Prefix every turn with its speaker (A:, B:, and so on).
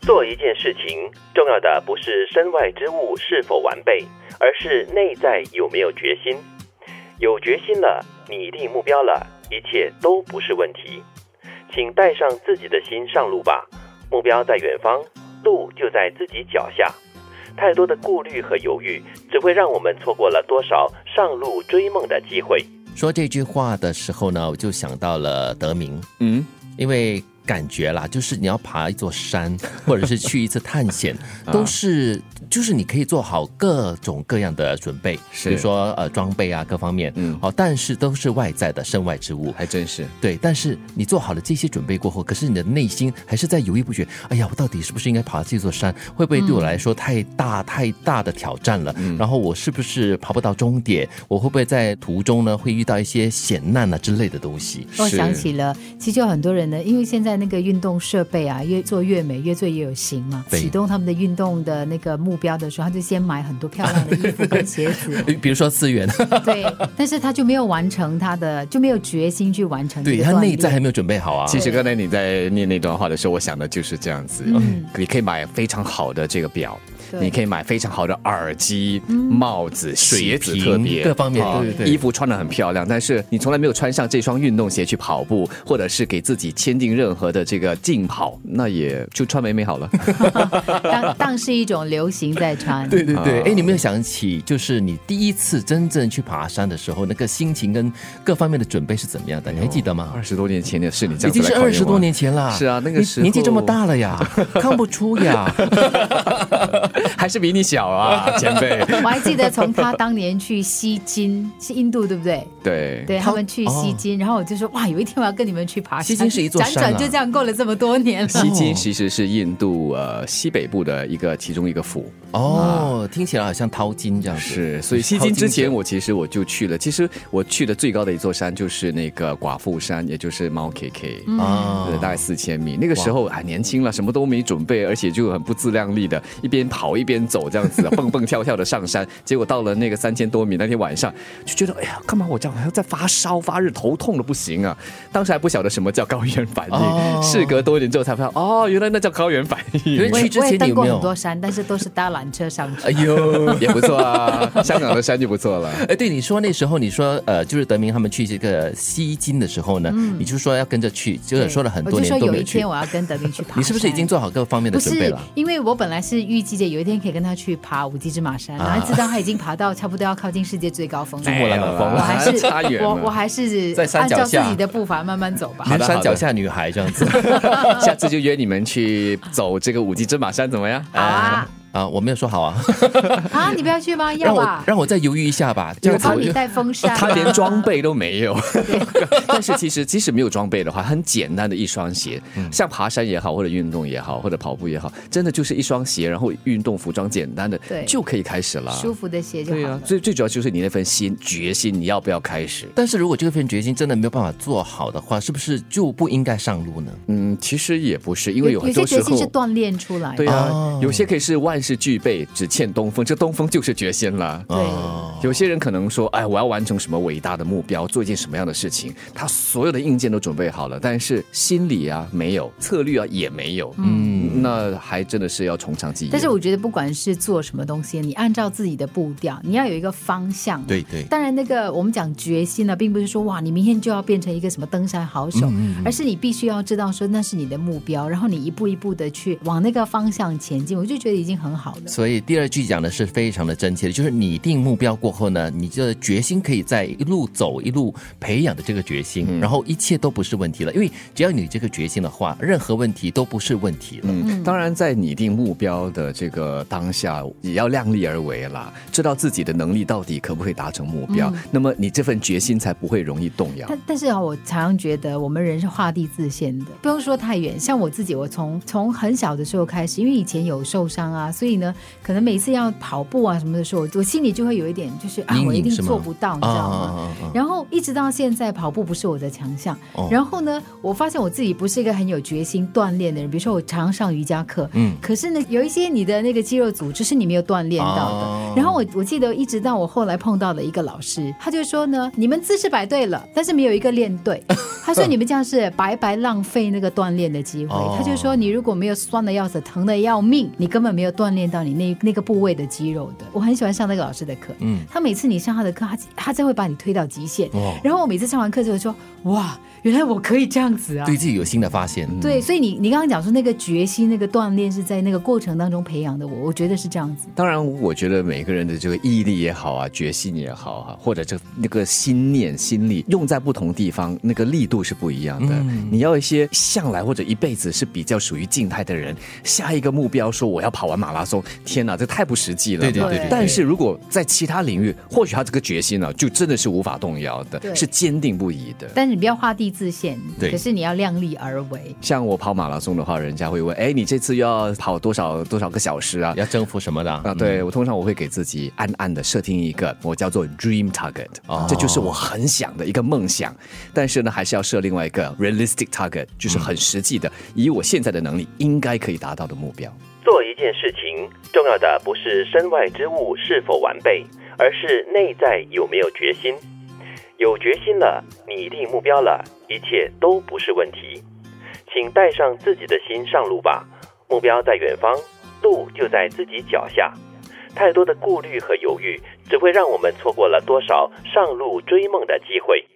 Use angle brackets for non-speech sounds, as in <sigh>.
A: 做一件事情，重要的不是身外之物是否完备，而是内在有没有决心。有决心了，拟定目标了，一切都不是问题。请带上自己的心上路吧，目标在远方，路就在自己脚下。太多的顾虑和犹豫，只会让我们错过了多少上路追梦的机会。
B: 说这句话的时候呢，我就想到了德明，
C: 嗯，
B: 因为感觉啦，就是你要爬一座山，或者是去一次探
C: <laughs>
B: 险，
C: 啊
B: 都是就是你可以做好各种各样的准备，
C: 是
B: 比如说呃装备啊各方面，
C: 嗯哎
B: 好，但是都是外在的身外之物。
C: 还真是。
B: 对，但是你做好了这些准备过后，可是你的内心还是在犹豫不决。哎呀，我到底是不是应该爬这座山？会不会对我来说太大、太大的挑战了？
C: 嗯
B: 然后我是不是爬不到终点？我会不会在途中呢会遇到一些险难啊之类的东西？
C: 是
D: 我哦想起了，其实有很多人呢，因为现在那个运动设备啊，越做越美，越做越有型嘛。
B: 对
D: 启动他们的运动的那个目标的时候，他就先买很多漂亮的衣
B: <laughs>
D: 服跟鞋子，
B: 比如说资源， <laughs>
D: 对，但是他就没有完成他的，就没有决心去完成这个
B: 对
D: 锻
B: 他
D: 炼。
B: 内在还没有准备好啊。
C: 其实刚才你在念那段话的时候，我想的就是这样子。
D: 嗯
C: 你可以买非常好的这个表，
D: 对
C: 你可以买非常好的耳机、帽子、鞋子，
B: 水平
C: 特别
B: 嗯各方面
C: 啊
B: 对对对
C: 衣服穿的很漂亮，但是你从来没有穿上这双运动鞋去跑步，或者是给自己签订任何的这个竞跑，那也就穿美
B: <laughs>
C: 美好了。
D: 当当是一种流行在穿。
B: 对对对，
C: 啊
B: 哎，你有没有想起，就是你第一次真正去爬山的时候，那个心情跟各方面的准备是怎么样的？你还记得吗？
C: 二十多年前的事，你哎这
B: 已
C: 样子
B: 经
C: 来
B: 是
C: 考验
B: 二十
C: 我
B: 多年前了，
C: 是啊那个
B: 你
C: 时候啊
B: 年纪这么大了呀，看不出
C: <laughs>
B: 呀。
C: <laughs> 还是比你小
B: <laughs>
C: 啊，前辈。
D: 我还记得从他当年去西金，是印度对不对？
C: 对，
D: 对
B: 他哦
D: 他们去西金，然后我就说哇，有一天我要跟你们去爬山。
B: 西金是一座山啊
D: 辗转就这样过了这么多年了。
C: 西金其实是印度呃西北部的一个其中一个府。
B: 哦，听起来好像淘金这样子。
C: 是，所以西
B: 淘
C: 金之
B: 者
C: 前我其实我就去了，其实我去的最高的一座山就是那个寡妇山，也就是 Mount KK。
B: 啊
C: 对，大概四千米。那个时候还年轻了，什么都没准备，而且就很不自量力的，一边跑一边走，这样子蹦蹦跳跳的上山。结果到了那个三千多米那天晚上，就觉得哎呀，干嘛我这样还要再发烧发热，头痛的不行啊！当时还不晓得什么叫高原反应，
B: 哦
C: 事隔多年之后才发现，哦，原来那叫高原反应。
B: 因为
D: 我
B: 去
D: 也
B: 之
D: 我也
B: 前你
D: 登
B: 有
D: 过
B: 没
D: 很
B: 有
D: 多？山，但是都是搭缆车上去。
B: 哎呦，
C: <laughs> 也不错啊，香港的山就不错了。
B: 哎，对，你说那时候你说呃，就是德明他们去这个西金的时候呢，你就说要跟着去，结果
D: 嗯对
B: 说了很多年
D: 我就
B: 都
D: 说
B: 没
D: 有
B: 有
D: 一
B: 去
D: 天。我要跟德明去爬山。
B: <laughs> 你是不是已经做好各方面的
D: 不
B: 准备
D: 是
B: 了？，
D: 因为我本来是预计着有一天可以跟他去爬五级芝麻山，
B: 啊
D: 然后知道他已经爬到差不多要靠近世界最高峰了。
B: 珠穆朗 <laughs> 玛峰
D: 我还是
C: 哎 <laughs> 差远
D: 我我
C: 了。
D: 还是
B: 在山
D: 按
B: 脚
D: 照自
B: 下
D: 己的步伐慢慢走
B: <laughs>
D: 吧。
B: 南
C: 的好
B: 山
C: 的
B: 脚下女孩这样
C: <laughs>
B: 子
C: 下次就约你们去走这个五级芝麻山，怎么样？
D: 好啊
B: 啊，我没有说好
D: <laughs>
B: 啊，
D: 啊！你不要去吗？
B: 让
D: 要
B: 我
D: 吧，
B: 让我再犹豫一下吧，这
D: 我
B: 样子
D: 帮你
B: 我哦
D: 带风扇啊。
C: 他连
D: <laughs>
C: 装备都没有，但是其实即使没有装备的话，很简单的一双鞋，像爬山也好，或者运动也好，或者跑步也好，真的就是一双鞋，然后运动服装简单的
D: 对
C: 就可以开始了。
D: 舒服的鞋就
C: 对
D: 好
C: 啊
D: 了，。
C: 最最主要就是你那份心决心，你要不要开始？
B: 但是如果这份决心真的没有办法做好的话，是不是就不应该上路呢？
C: 嗯，其实也不是，因
D: 有
C: 为有
D: 有
C: 很
D: 些
C: 多时
D: 决心是
C: 候。
D: 锻炼出来的
C: 对。啊，
B: 哦
C: 有些可以是万事俱备，只欠东风。这东风就是决心了。
D: 对
B: 哦
C: 有些人可能说，哎，我要完成什么伟大的目标，做一件什么样的事情，他所有的硬件都准备好了，但是心理啊没有，策略啊也没有，嗯，那还真的是要从长计议。
D: 但是我觉得，不管是做什么东西，你按照自己的步调，你要有一个方向。
B: 对对
D: 当然，那个我们讲决心呢，并不是说哇，你明天就要变成一个什么登山好手，
B: 嗯
D: 而是你必须要知道说那是你的目标，然后你一步一步的去往那个方向前进。我就觉得已经很好了。
B: 所以第二句讲的是非常的真切的，就是拟定目标过后呢，你的决心可以在一路走一路培养的这个决心，
D: 嗯
B: 然后一切都不是问题了，因为只要你有这个决心的话，任何问题都不是问题了。
C: 嗯，当然，在拟定目标的这个当下，也要量力而为啦，知道自己的能力到底可不可以达成目
D: 嗯
C: 标，那么你这份决心才不会容易动摇。
D: 但但是啊，我常常觉得我们人是画地自限的，不用说太远。像我自己，我从从很小的时候开始，因为以前有受伤啊，所以呢，可能每次要跑步啊什么的时候，我我心里就会有一点就是啊
B: 阴，影
D: 我一定
B: 是吗
D: 做不到，你知道吗？
B: 啊啊！
D: 然后一直到现在，跑步不是我的强项。
B: 哦
D: 然后呢，我发现我自己不是一个很有决心锻炼的人。比如说，我常上瑜伽伽课，
B: 嗯
D: 可是呢，有一些你的那个肌肉组织是你没有锻炼到的。
B: 哦
D: 然后我我记得一直到我后来碰到了一个老师，他就说呢，你们姿势摆对了，但是没有一个练对。他说你们这样是白白浪费那个锻炼的机会。
B: 哦
D: 他就说你如果没有酸的要死，疼的要命，你根本没有锻炼到你那那个部位的肌肉的。我很喜欢上那个老师的课，
B: 嗯，哦
D: 他每次你上他的课，他他真会把你推到极限。
B: 哇，
D: 然后我每次上完课之后说，哇，原来我可以这样子啊！
B: 对自己有新的发现。
D: 对，所以你你刚刚讲说那个决心、那个锻炼是在那个过程当中培养的我，我觉得是这样子。
C: 当然，我觉得每个人的这个毅力也好啊，决心也好啊，或者这那个心念、心力用在不同地方，那个力度是不一样的。
B: 嗯
C: 你要一些向来或者一辈子是比较属于静态的人，下一个目标说我要跑完马拉松，天哪，这太不实际了吧。
B: 对对对对对
C: 但是如果在其他领域，或许他这个决心呢、就真的是无法动摇的，
D: 对
C: 是坚定不移的。
D: 但是你不要画地自限，
B: 对
D: 可是你要量力而为。
C: 像我跑马拉松的话，人家会问：哎，你这次又要跑多少多少个小时啊？
B: 要征服什么的
C: 啊，对我通常我会给自己暗暗的设定一个我叫做 dream target，、
B: 哦
C: 这就是我很想的一个梦想。但是呢，还是要设另外一个 realistic target，就是很实际的，以我现在的能力应该可以达到的目标。
A: 做一件事情，重要的不是身外之物是否完备，而是内在有没有决心。有决心了，拟定目标了，一切都不是问题。请带上自己的心上路吧，目标在远方，路就在自己脚下。太多的顾虑和犹豫，只会让我们错过了多少上路追梦的机会。